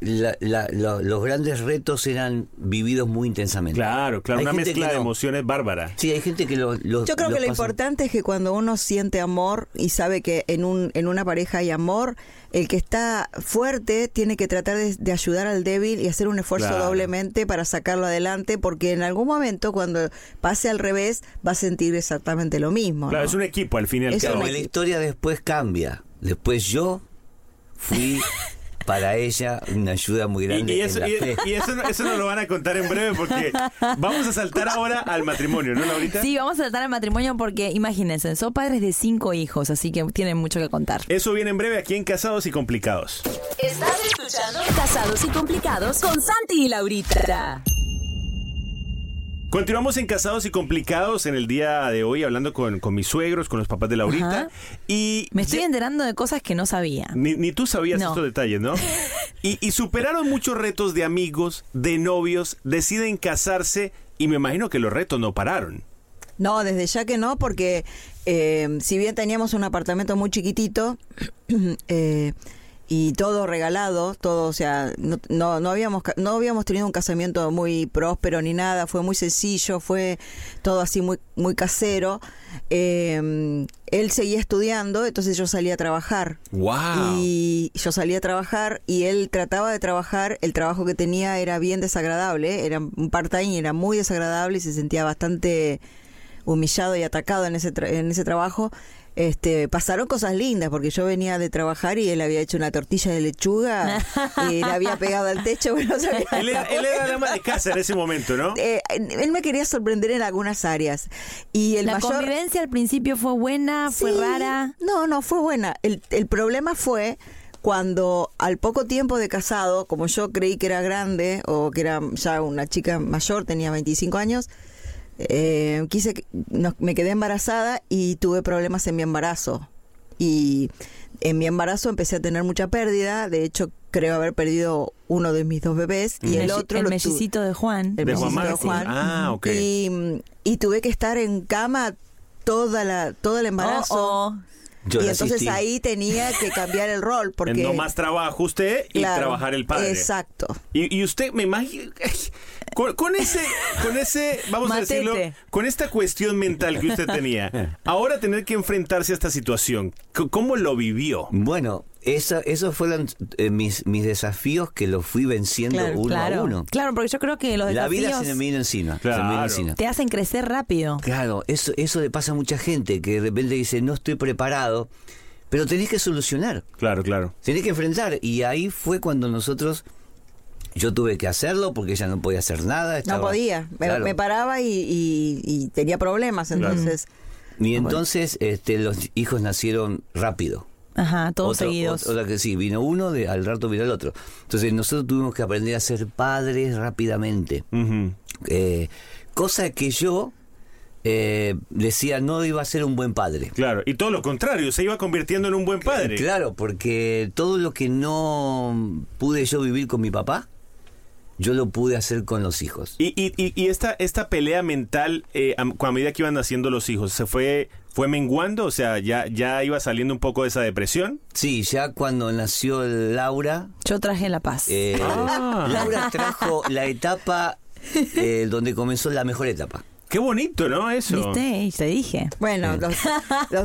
D: la- la- la- los grandes retos eran vividos muy intensamente.
A: Claro, claro.
D: Hay
A: Una
D: gente que
A: mezcla de
D: no.
A: emociones bárbara.
D: Sí, hay gente que los
C: Yo creo que lo importante es que cuando uno siente amor y sabe que en, un, en una pareja hay amor, el que está fuerte tiene que tratar de, de ayudar al débil y hacer un esfuerzo
A: Claro.
C: doblemente para sacarlo adelante, porque en algún momento cuando pase al revés va a sentir exactamente lo mismo.
A: Claro,
C: ¿no?
A: es un equipo al fin y al
C: Es
D: Pero
A: cabo.
C: un
D: la historia después cambia. Después yo fui para ella una ayuda muy
A: Y,
D: grande.
A: y eso,
D: en la
A: y-
D: fe.
A: y eso, no- eso no lo van a contar en breve porque vamos a saltar ahora al matrimonio, ¿no, Laurita?
B: Sí, vamos a tratar el matrimonio porque imagínense, son padres de cinco hijos, así que tienen mucho que contar.
A: Eso viene en breve aquí en Casados y Complicados.
E: Estás escuchando Casados y Complicados con Santi y Laurita.
A: Continuamos en Casados y Complicados en el día de hoy hablando con, con mis suegros, con los papás de Laurita.
B: Ajá.
A: Y
B: Me estoy enterando de cosas que no sabía.
A: Ni, ni tú sabías
B: No.
A: estos detalles, ¿no? Y, y superaron muchos retos de amigos, de novios, deciden casarse y me imagino que los retos no pararon.
C: No, desde ya que no, porque eh, si bien teníamos un apartamento muy chiquitito eh, y todo regalado, todo, o sea, no, no, no habíamos, ca- no habíamos tenido un casamiento muy próspero ni nada, fue muy sencillo, fue todo así muy, muy casero. eh, él seguía estudiando, entonces yo salía a trabajar.
A: ¡Wow!
C: Y yo salía a trabajar y él trataba de trabajar. El trabajo que tenía era bien desagradable, era un part-time, era muy desagradable y se sentía bastante humillado y atacado en ese, tra- en ese trabajo. Este, pasaron cosas lindas porque yo venía de trabajar y él había hecho una tortilla de lechuga y la había pegado al techo. Bueno, se había
A: Él, era- él era el ama de casa en ese momento, ¿no?
C: Eh, él me quería sorprender en algunas áreas. Y el
B: la
C: mayor...
B: convivencia al principio fue buena, fue
C: Sí.
B: rara.
C: No, no, fue buena. El, el problema fue cuando al poco tiempo de casado, como yo creí que era grande o que era ya una chica mayor, tenía 25 años, eh, quise, que- no, me quedé embarazada y tuve problemas en mi embarazo. Y en mi embarazo empecé a tener mucha pérdida. De hecho, creo haber perdido uno de mis dos bebés y el
B: melli-
C: otro
B: el
C: lo tuve-
B: mellicito de Juan. Oh,
C: el
A: De Juan
C: mellizo
A: Marcos. Ah, ok.
C: Y, y tuve que estar en cama toda la, todo el embarazo.
B: Oh, oh.
D: Yo
C: y
D: la
C: entonces
D: asistí.
C: ahí tenía que cambiar el rol porque...
A: En no más trabajo usted y
C: Claro,
A: trabajar el padre.
C: Exacto.
A: Y, y usted, me imagino, con, con ese, con ese, vamos a
B: Matete.
A: decirlo, con esta cuestión mental que usted tenía, ahora tener que enfrentarse a esta situación, c- ¿cómo lo vivió?
D: Bueno, esa, esos fueron eh, mis, mis desafíos que los fui venciendo
C: Claro,
D: uno
B: claro.
D: a uno.
B: Claro, porque yo creo que los
D: La vida se me
B: desafíos
D: vino encima. se me vino
A: Claro.
D: encima.
B: te hacen crecer rápido.
D: Claro, eso, eso le pasa a mucha gente que de repente dice no estoy preparado, pero tenés que solucionar.
A: Claro, claro.
D: Tenés que enfrentar. Y ahí fue cuando nosotros, yo tuve que hacerlo porque ella no podía hacer nada.
C: No
D: estaba-
C: podía. Me,
D: Claro.
C: me paraba y, y- y tenía problemas. Entonces,
D: Y entonces este, los hijos nacieron rápido.
B: Ajá, todos
D: Otro-
B: seguidos.
D: o- otra que sí, vino uno, de, al rato vino el otro. Entonces nosotros tuvimos que aprender a ser padres rápidamente. Eh, cosa que yo eh, decía no iba a ser un buen padre.
A: Claro. Y todo lo contrario, se iba convirtiendo en un buen padre.
D: Claro, porque todo lo que no pude yo vivir con mi papá, yo lo pude hacer con los hijos.
A: Y, y, y- y esta, esta pelea mental, eh, a, a medida que iban naciendo los hijos, ¿se fue, fue menguando? O sea, ya, ya iba saliendo un poco de esa depresión.
D: Sí, ya cuando nació Laura,
B: Yo traje la paz.
D: eh,
A: Ah.
D: Laura trajo la etapa eh, donde comenzó la mejor etapa.
A: Qué bonito, ¿no? Eso.
B: ¿Viste? Y te dije.
C: Bueno, los, los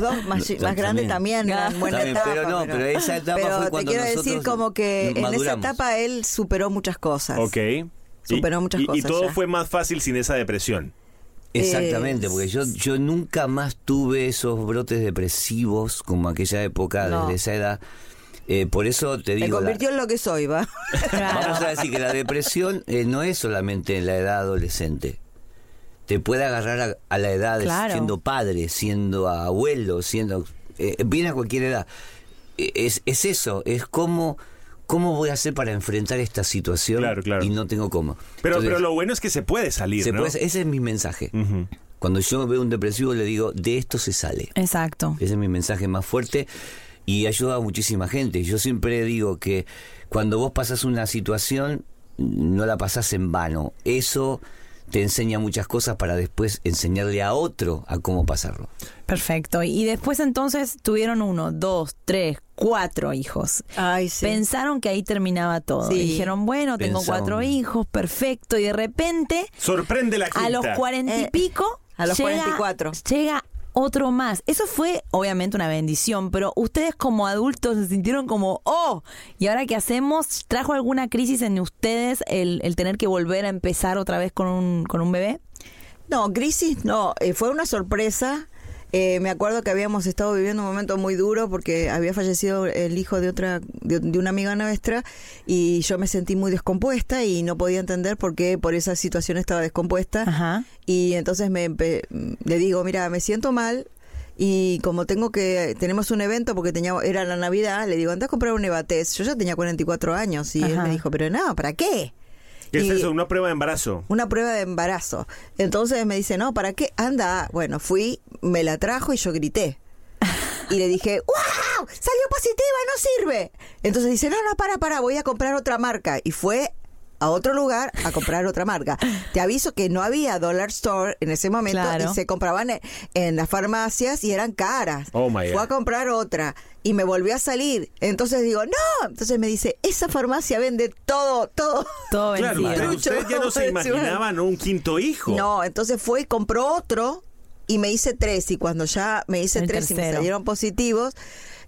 C: dos más,
D: Los-
C: más grandes también, eran buena
D: También,
C: etapa,
D: pero no, pero esa etapa
C: pero
D: fue
C: te
D: cuando
C: quiero decir
D: nosotros
C: como que en esa
D: maduramos.
C: etapa él superó muchas cosas.
A: Ok.
C: Superó muchas
A: y, Y
C: cosas
A: todo
C: ya.
A: fue más fácil sin esa depresión.
D: Exactamente, porque yo,
C: Es-
D: yo nunca más tuve esos brotes depresivos como aquella época,
C: No.
D: desde esa edad. Eh, por eso te
C: Me
D: digo... la-
C: convirtió en lo que soy, va.
D: Vamos a decir que la depresión eh, no es solamente en la edad adolescente. Te puede agarrar a, a la edad de-
B: Claro.
D: siendo padre, siendo abuelo, siendo... eh, viene a cualquier edad. Eh, Es, es eso, es cómo, cómo voy a hacer para enfrentar esta situación
A: Claro, claro.
D: y no tengo cómo.
A: Pero,
D: Entonces,
A: pero lo bueno es que se puede salir,
D: se
A: ¿no?
D: puede- ese es mi mensaje.
A: Ujú.
D: Cuando yo veo un depresivo le digo, de esto se sale.
B: Exacto.
D: Ese es mi mensaje más fuerte y ayuda a muchísima gente. Yo siempre digo que cuando vos pasás una situación, no la pasás en vano. Eso te enseña muchas cosas para después enseñarle a otro a cómo pasarlo.
B: Perfecto. Y después entonces tuvieron uno, dos, tres, cuatro hijos.
C: Ay, Ah, sí.
B: Pensaron que ahí terminaba todo.
C: Sí.
B: Dijeron, bueno, tengo
D: Pensaron.
B: cuatro hijos, perfecto. Y de repente,
A: Sorprende la quinta.
B: a los cuarenta y
C: Eh,
B: pico,
C: a los
B: llega,
C: 44.
B: llega otro más. Eso fue obviamente una bendición, pero ustedes como adultos se sintieron como, oh, ¿y ahora qué hacemos? ¿Trajo alguna crisis en ustedes el, el tener que volver a empezar otra vez con un, con un bebé?
C: No, crisis no, eh, fue una sorpresa. Eh, me acuerdo que habíamos estado viviendo un momento muy duro porque había fallecido el hijo de otra de, de una amiga nuestra y yo me sentí muy descompuesta y no podía entender por qué por esa situación estaba descompuesta
B: Ajá.
C: y entonces me empe- le digo mira me siento mal y como tengo que tenemos un evento porque tenía era la navidad le digo anda a comprar un evatés yo ya tenía 44 años y él
B: Ajá.
C: me dijo pero no para qué
A: ¿Qué es
C: Y-
A: eso? Una prueba de embarazo.
C: una prueba de embarazo. Entonces me dice, no, ¿para qué? Anda, bueno, fui, me la trajo y yo grité. Y le dije, ¡wow! Salió positiva, no sirve. Entonces dice, no, no, para, para, voy a comprar otra marca. Y fue a otro lugar a comprar otra marca. Te aviso que no había Dollar Store en ese momento
B: Claro.
C: y se compraban en, en las farmacias y eran caras.
A: Oh, my
C: fue
A: God.
C: a comprar otra y me volvió a salir. Entonces digo, no. Entonces me dice, esa farmacia vende todo, todo.
B: Todo
A: Claro,
B: vencido.
A: pero ustedes ya no se
C: Trucho,
A: imaginaban un quinto hijo.
C: No, entonces fue y compró otro y me hice tres. Y cuando ya me hice
B: El
C: tres y me
B: tercero.
C: salieron positivos,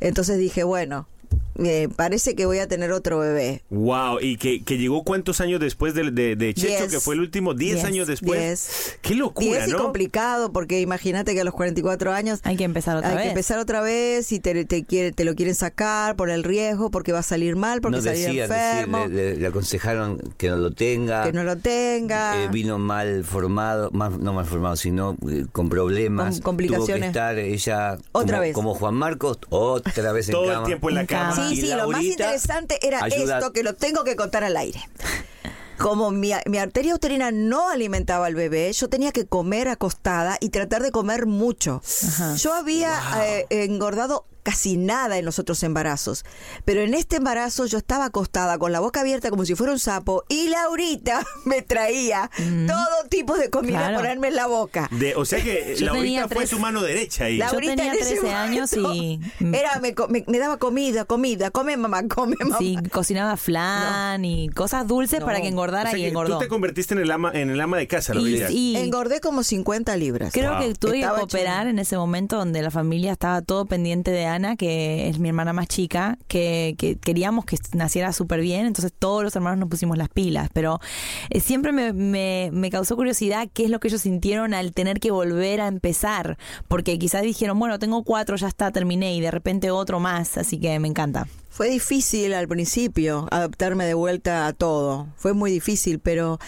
C: entonces dije, bueno, me parece que voy a tener otro bebé.
A: Wow, y que, que llegó cuántos años después de, de, de Checho,
C: Diez.
A: que fue el último, 10
B: Diez,
A: años después.
C: diez.
A: Qué
C: Y
A: locura,
C: es
A: ¿no?
C: complicado porque imagínate que a los 44 años
B: Hay que empezar otra
C: hay
B: vez.
C: que empezar otra vez y te, te, quiere- te lo quieren sacar por el riesgo, porque va a salir mal, porque
D: no
C: salir
D: decían,
C: enfermo,
D: decían, le, le- le aconsejaron que no lo tenga.
C: que no lo tenga.
D: Eh, vino mal formado, mal- no mal formado, sino eh, con problemas.
C: Con complicaciones.
D: Tuvo que estar ella
C: Otra
D: como,
C: vez.
D: como Juan Marcos, otra vez en
A: Todo el
D: cama.
A: tiempo en la
B: En
A: cama.
B: cama.
C: Sí,
D: Y
C: sí, lo más
D: Laurita
C: interesante era
D: ayuda-
C: esto que lo tengo que contar al aire. Como mi, mi arteria uterina no alimentaba al bebé, yo tenía que comer acostada y tratar de comer mucho. Yo había eh, engordado casi nada en los otros embarazos, pero en este embarazo yo estaba acostada con la boca abierta como si fuera un sapo y Laurita me traía todo tipo de comida
B: Mm. Claro.
C: a ponerme en la boca.
A: De- o sea que
B: Yo tenía
A: Laurita fue
B: tres.
A: su mano derecha ahí.
B: Yo
C: Laurita
B: tenía
C: en ese
B: 13 años
C: momento
B: y-
C: era me, co- me- me daba comida, comida, come mamá, come mamá.
B: Sí, cocinaba flan y cosas dulces para que
A: O
B: engordara
A: sea
B: y
A: que
B: engordó.
A: Tú te convertiste en el ama, en el ama de casa,
B: Y,
A: Laurita.
B: y
C: Engordé como 50 libras.
B: creo que tuve que
C: Estaba
B: cooperar
C: hecho-
B: en ese momento donde la familia estaba todo pendiente de Ana, que es mi hermana más chica, que, que queríamos que naciera súper bien, entonces todos los hermanos nos pusimos las pilas, pero eh, siempre me, me- me causó curiosidad qué es lo que ellos sintieron al tener que volver a empezar, porque quizás dijeron, bueno, tengo cuatro, ya está, terminé, y de repente otro más, así que me encanta.
C: Fue difícil al principio adaptarme de vuelta a todo. Fue muy difícil, pero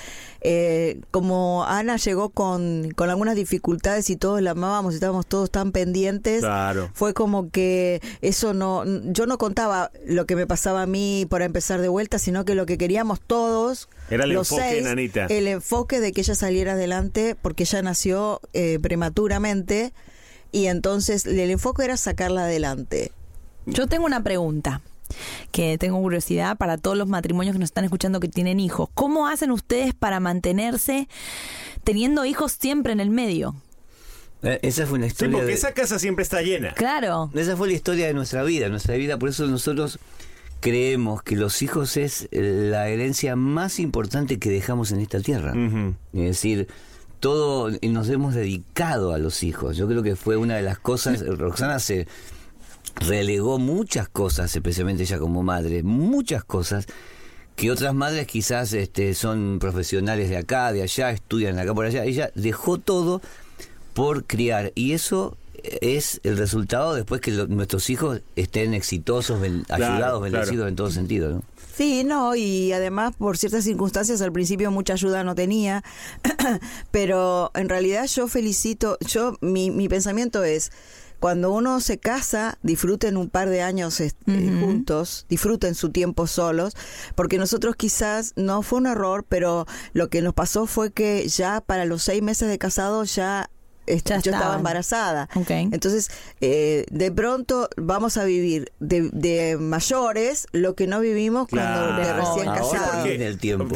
C: eh, como Ana llegó con, con algunas dificultades y todos la amábamos, estábamos todos tan pendientes,
A: Claro.
C: fue como que eso no. Yo no contaba lo que me pasaba a mí para empezar de vuelta, sino que lo que queríamos todos.
A: Era el
C: los
A: enfoque
C: seis,
A: en Anita.
C: El enfoque de que ella saliera adelante porque ella nació eh, prematuramente y entonces el enfoque era sacarla adelante.
B: Yo tengo una pregunta. que tengo curiosidad para todos los matrimonios que nos están escuchando que tienen hijos. ¿Cómo hacen ustedes para mantenerse teniendo hijos siempre en el medio?
D: Eh, Esa fue una
A: Sí,
D: historia.
A: porque
D: de-
A: esa casa siempre está llena.
B: Claro.
D: Esa fue la historia de nuestra vida, nuestra vida. Por eso nosotros creemos que los hijos es la herencia más importante que dejamos en esta tierra.
A: Ujú.
D: Es decir, todo y nos hemos dedicado a los hijos. Yo creo que fue una de las cosas. Roxana se relegó muchas cosas, especialmente ella como madre, muchas cosas que otras madres quizás este, son profesionales de acá, de allá, estudian acá, por allá. Ella dejó todo por criar y eso es el resultado después que lo- nuestros hijos estén exitosos, ben-
A: Claro,
D: ayudados, bendecidos
A: claro.
D: en todo sentido. ¿no?
C: Sí, no, y además por ciertas circunstancias al principio mucha ayuda no tenía, pero en realidad yo felicito, yo mi, mi pensamiento es, cuando uno se casa, disfruten un par de años este, juntos, disfruten su tiempo solos, porque nosotros quizás no fue un error, pero lo que nos pasó fue que ya para los seis meses de casado ya... est-
B: Ya
C: yo estaba
B: estaban.
C: embarazada.
B: Ok.
C: Entonces, eh, de pronto vamos a vivir de, de mayores lo que no vivimos cuando de
A: Claro.
C: recién
D: Ahora,
C: casados.
D: Ah, porque- En el tiempo.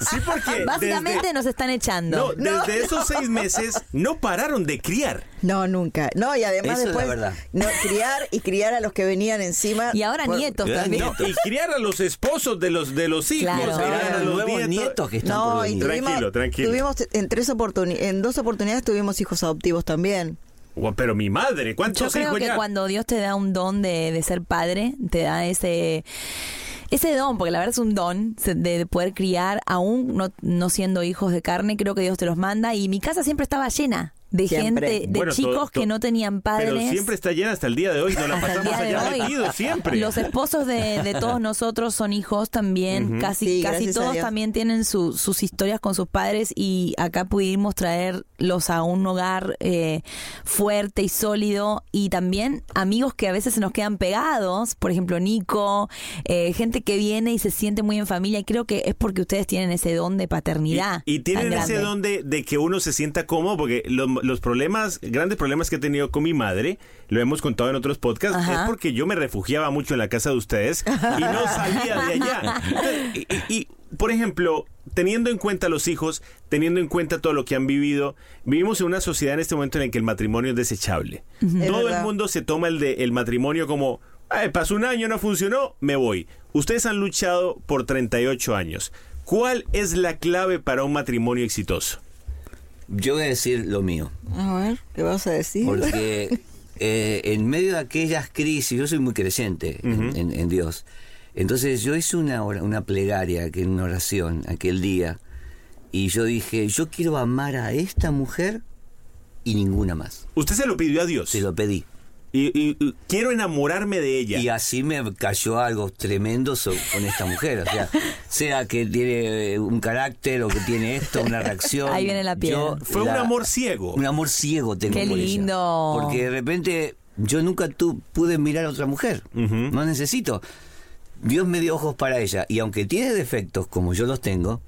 A: sí, porque.
B: Básicamente
A: desde-
B: nos están
A: no,
B: echando.
A: desde esos seis meses no pararon de criar.
C: No, nunca. No, y además
D: Eso es
C: después
D: la verdad.
C: no criar y criar a los que venían encima.
B: Y ahora
C: Por-
B: nietos
D: ¿verdad?
B: también.
A: eh, No, y criar a los esposos de los, de los hijos.
B: Claro.
A: criar a
D: Eran los nuevos nietos, que están
C: No,
D: por
C: y
D: venir.
C: tuvimos,
A: Tranquilo, tranquilo.
C: tuvimos en tres oportuni- en dos oportunidades tuvimos hijos adoptivos también.
A: Guau, Pero mi madre,
B: Yo
A: ¿cuántos
B: creo
A: hijos
B: que
A: pues ya?
B: cuando Dios te da un don de, de ser padre, te da ese ese don, porque la verdad es un don se- de de poder criar, aún no, no siendo hijos de carne, creo que Dios te los manda. Y mi casa siempre estaba llena de
C: Siempre.
B: gente, de
A: Bueno, to-
B: chicos
A: to-
B: que no tenían padres.
A: Pero siempre está llena hasta el día de hoy. Nos la
B: Hasta el
A: pasamos
B: día
A: allá
B: de hoy.
A: metidos siempre.
B: Los esposos de, de todos nosotros son hijos también, casi, casi
C: Sí, gracias a
B: todos
C: Dios.
B: también tienen su- sus historias con sus padres y acá pudimos traerlos a un hogar eh, fuerte y sólido y también amigos que a veces se nos quedan pegados, por ejemplo Nico, eh, gente que viene y se siente muy en familia y creo que es porque ustedes tienen ese don de
A: Y,
B: paternidad.
A: y tienen
B: tan
A: ese
B: grande.
A: don de, de que uno se sienta cómodo, porque lo- los problemas, grandes problemas que he tenido con mi madre, lo hemos contado en otros podcasts,
B: Ajá.
A: es porque yo me refugiaba mucho en la casa de ustedes y no salía de allá. Y, y- y, por ejemplo, teniendo en cuenta los hijos, teniendo en cuenta todo lo que han vivido, vivimos en una sociedad en este momento en la que el matrimonio es desechable.
C: Es
A: Todo el
C: verdad.
A: mundo se toma el, de, el matrimonio como, "Ay, pasó un año, no funcionó, me voy. Ustedes han luchado por 38 años. ¿Cuál es la clave para un matrimonio exitoso?
D: Yo voy a decir lo mío.
C: A ver, ¿qué vas a decir?
D: Porque eh, en medio de aquellas crisis, yo soy muy creyente en- en, en Dios. Entonces yo hice una, or- una plegaria, que- una oración aquel día, y yo dije, yo quiero amar a esta mujer y ninguna más.
A: Usted se lo pidió a Dios.
D: Se lo pedí.
A: Y, y- y quiero enamorarme de ella.
D: Y así me cayó algo tremendo so- con esta mujer. O sea, sea que tiene eh, un carácter o que tiene esto, una reacción.
B: Ahí viene la piedra.
D: Yo
A: Fue un
D: la-
A: amor ciego.
D: Un amor ciego tengo
B: Qué
D: por ella.
B: lindo.
D: Porque de repente yo nunca tu, pude mirar a otra mujer. No necesito. Dios me dio ojos para ella. Y aunque tiene defectos como yo los tengo,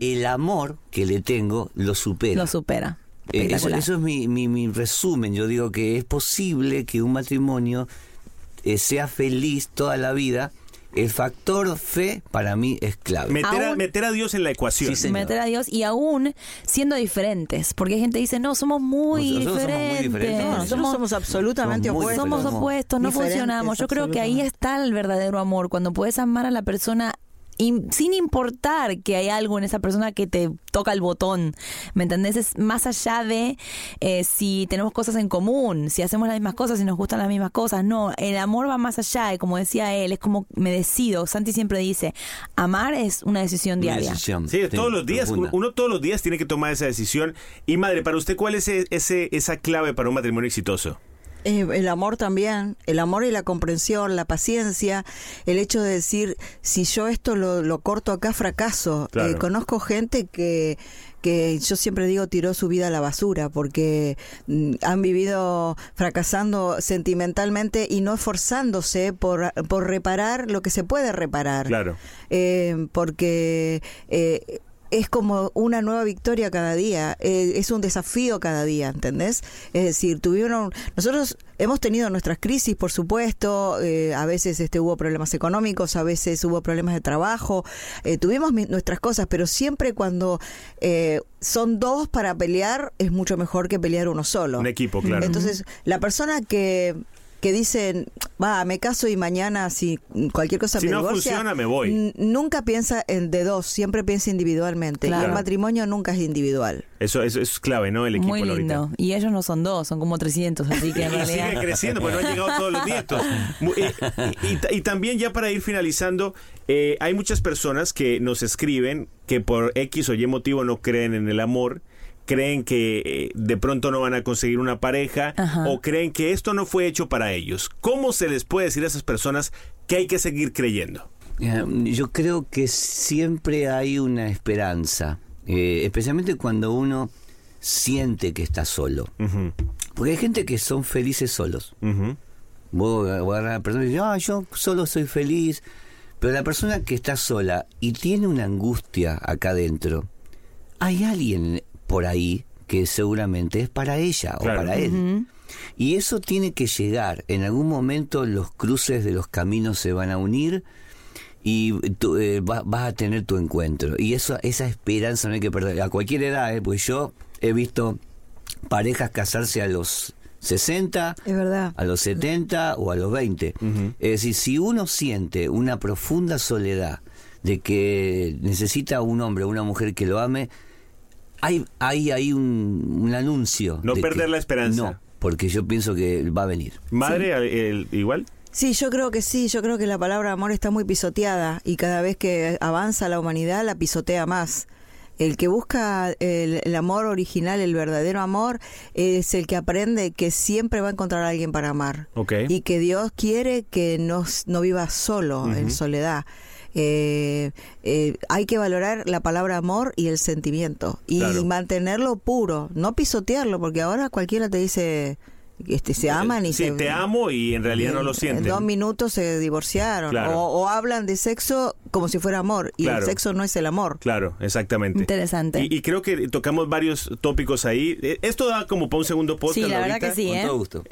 D: el amor que le tengo lo supera.
B: Lo supera.
D: Eh, Eso,
B: Espectacular.
D: eso es mi, mi- mi resumen. Yo digo que es posible que un matrimonio eh, sea feliz toda la vida. El factor fe para mí es clave.
A: Meter a,
B: Aún-
A: meter a Dios en la ecuación.
D: Sí, señor.
B: meter a Dios y aún siendo diferentes, porque hay gente que dice, no, somos muy
D: Nosotros somos muy
B: diferentes.
D: diferentes.
C: No, nosotros somos, absolutamente
D: somos muy
C: opuestos.
B: somos
D: Somos
B: opuestos, no
C: diferentes,
B: funcionamos. Yo creo que ahí
C: absolutamente.
B: está el verdadero amor, cuando puedes amar a la persona im- sin importar que hay algo en esa persona que te toca el botón, ¿me entendés? Es más allá de eh, si tenemos cosas en común, si hacemos las mismas cosas, si nos gustan las mismas cosas, no, el amor va más allá y como decía él, es como me decido, Santi siempre dice, amar es una decisión
D: Una
B: diaria.
D: decisión,
A: Sí, todos los días,
D: profunda.
A: uno todos los días tiene que tomar esa decisión. Y madre, para usted, ¿cuál es e- ese, esa clave para un matrimonio exitoso?
C: Eh, el amor también, el amor y la comprensión, la paciencia, el hecho de decir, si yo esto lo, lo corto acá, fracaso.
A: Claro.
C: Eh, conozco gente que, que yo siempre digo tiró su vida a la basura porque mm, han vivido fracasando sentimentalmente y no esforzándose por, por reparar lo que se puede reparar.
A: Claro.
C: Eh, porque... eh, es como una nueva victoria cada día, eh, es un desafío cada día, ¿entendés? Es decir, tuvieron, nosotros hemos tenido nuestras crisis, por supuesto, eh, a veces este, hubo problemas económicos, a veces hubo problemas de trabajo, eh, tuvimos mi- nuestras cosas, pero siempre cuando eh, son dos para pelear es mucho mejor que pelear uno solo.
A: Un equipo, claro.
C: Entonces, la persona que que dicen, va, me caso y mañana si cualquier cosa
A: Si
C: me
A: no
C: divorcia",
A: funciona, me voy.
C: n- Nunca piensa en de dos, siempre piensa individualmente.
A: Claro.
C: Y el matrimonio nunca es individual.
A: Eso, eso es clave, ¿no? El equipo
B: Muy lindo.
A: ahorita.
B: Y ellos no son dos, son como 300, así que en
A: Y
B: realidad...
A: sigue creciendo, porque no han llegado todos los nietos. Mu- eh, Y, y ta- y también ya para ir finalizando, eh, hay muchas personas que nos escriben que por X o Y motivo no creen en el amor, creen que eh, de pronto no van a conseguir una pareja
B: Ajá.
A: o creen que esto no fue hecho para ellos. ¿Cómo se les puede decir a esas personas que hay que seguir creyendo?
D: Eh, Yo creo que siempre hay una esperanza, eh, especialmente cuando uno siente que está solo. Porque hay gente que son felices solos. Vos agarrás a la persona y dices, "Ah, yo solo soy feliz. Pero la persona que está sola y tiene una angustia acá adentro, hay alguien por ahí que seguramente es para ella
A: Claro.
D: o para él. Y eso tiene que llegar. En algún momento los cruces de los caminos se van a unir y tú, eh, va- vas a tener tu encuentro. Y eso, esa esperanza no hay que perder. A cualquier edad, eh, pues yo he visto parejas casarse a los 60,
C: Es verdad.
D: a los 70 o a los 20. Es decir, si uno siente una profunda soledad de que necesita un hombre o una mujer que lo ame, hay, hay, hay un, un anuncio.
A: No
D: de que-
A: perder la esperanza.
D: No, porque yo pienso que va a venir.
A: Madre, el- igual.
C: Sí, yo creo que sí, yo creo que la palabra amor está muy pisoteada y cada vez que avanza la humanidad la pisotea más. El que busca el, el amor original, el verdadero amor, es el que aprende que siempre va a encontrar a alguien para amar.
A: Ok.
C: Y que Dios quiere que no, no viva solo en soledad. Eh, eh, hay que valorar la palabra amor y el sentimiento y
A: Claro.
C: mantenerlo puro, no pisotearlo, porque ahora cualquiera te dice este, se aman y
A: Eh, Sí,
C: se,
A: te amo y en realidad no lo
C: en
A: sienten.
C: dos minutos se divorciaron.
A: Claro.
C: O, o hablan de sexo como si fuera amor. Y
A: Claro.
C: el sexo no es el amor.
A: Claro, exactamente.
B: Interesante.
A: Y, y creo que tocamos varios tópicos ahí. Eh, Esto da como para un segundo podcast.
B: Sí, la verdad
A: ahorita.
B: que sí,
D: Con
B: ¿eh?
D: todo gusto.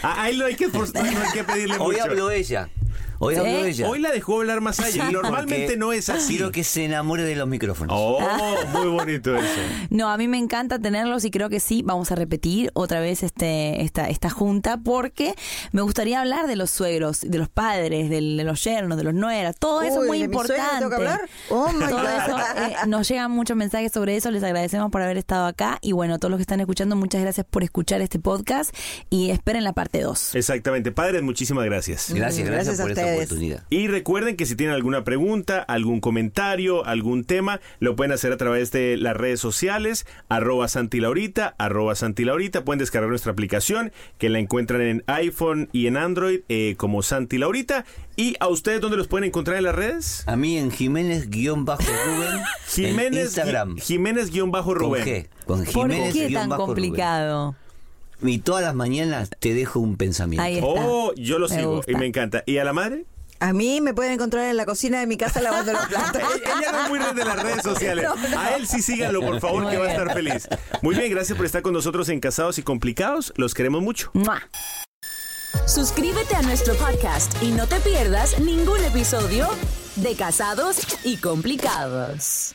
A: A, a él no hay que, forzar, no hay que pedirle
D: Hoy
A: mucho.
D: habló ella. Hoy
B: ¿Sí?
D: habló ella.
A: Hoy la dejó hablar más allá.
D: Sí,
A: Normalmente
D: porque
A: no es así.
D: Quiero que se enamore de los micrófonos.
A: Oh, muy bonito eso.
B: No, a mí me encanta tenerlos y creo que sí, vamos a repetir otra vez este, esta, esta junta porque me gustaría hablar de los suegros, de los padres, del- de los yernos, de los nueras, todo eso es
C: Uy,
B: muy
C: ¿de mi suegro
B: importante.
C: tengo que hablar? Oh, my
B: todo
C: God.
B: eso, eh, nos llegan muchos mensajes sobre eso, les agradecemos por haber estado acá y bueno, todos los que están escuchando, muchas gracias por escuchar este podcast y esperen la parte 2.
A: Exactamente. Padres, muchísimas gracias.
D: Gracias,
C: Mm,
D: gracias,
C: gracias a
D: por esta
C: ustedes.
D: oportunidad.
A: Y recuerden que si tienen alguna pregunta, algún comentario, algún tema, lo pueden hacer a través de las redes sociales, arroba santilaurita, arroba santilaurita. Pueden descargar nuestra aplicación que la encuentran en iPhone y en Android eh, como santilaurita. ¿Y a ustedes dónde los pueden encontrar en las redes?
D: A mí en Jiménez-Rubén. en
A: Jiménez,
D: Instagram.
A: Jiménez-Rubén.
D: Con G. Con
B: ¿Por
D: Jiménez
B: qué tan complicado?
D: Y todas las mañanas te dejo un pensamiento.
B: Ahí está.
A: Oh, yo lo
B: Me
A: sigo
B: gusta.
A: y me encanta. ¿Y a la madre?
C: A mí me pueden encontrar en la cocina de mi casa lavando los platos.
A: Ella ella no es muy red de las redes sociales. A él sí síganlo, por favor,
B: Muy
A: que va a
B: bien.
A: estar feliz. Muy bien, gracias por estar con nosotros en Casados y Complicados. Los queremos mucho.
B: ¡Mua!
E: Suscríbete a nuestro podcast y no te pierdas ningún episodio de Casados y Complicados.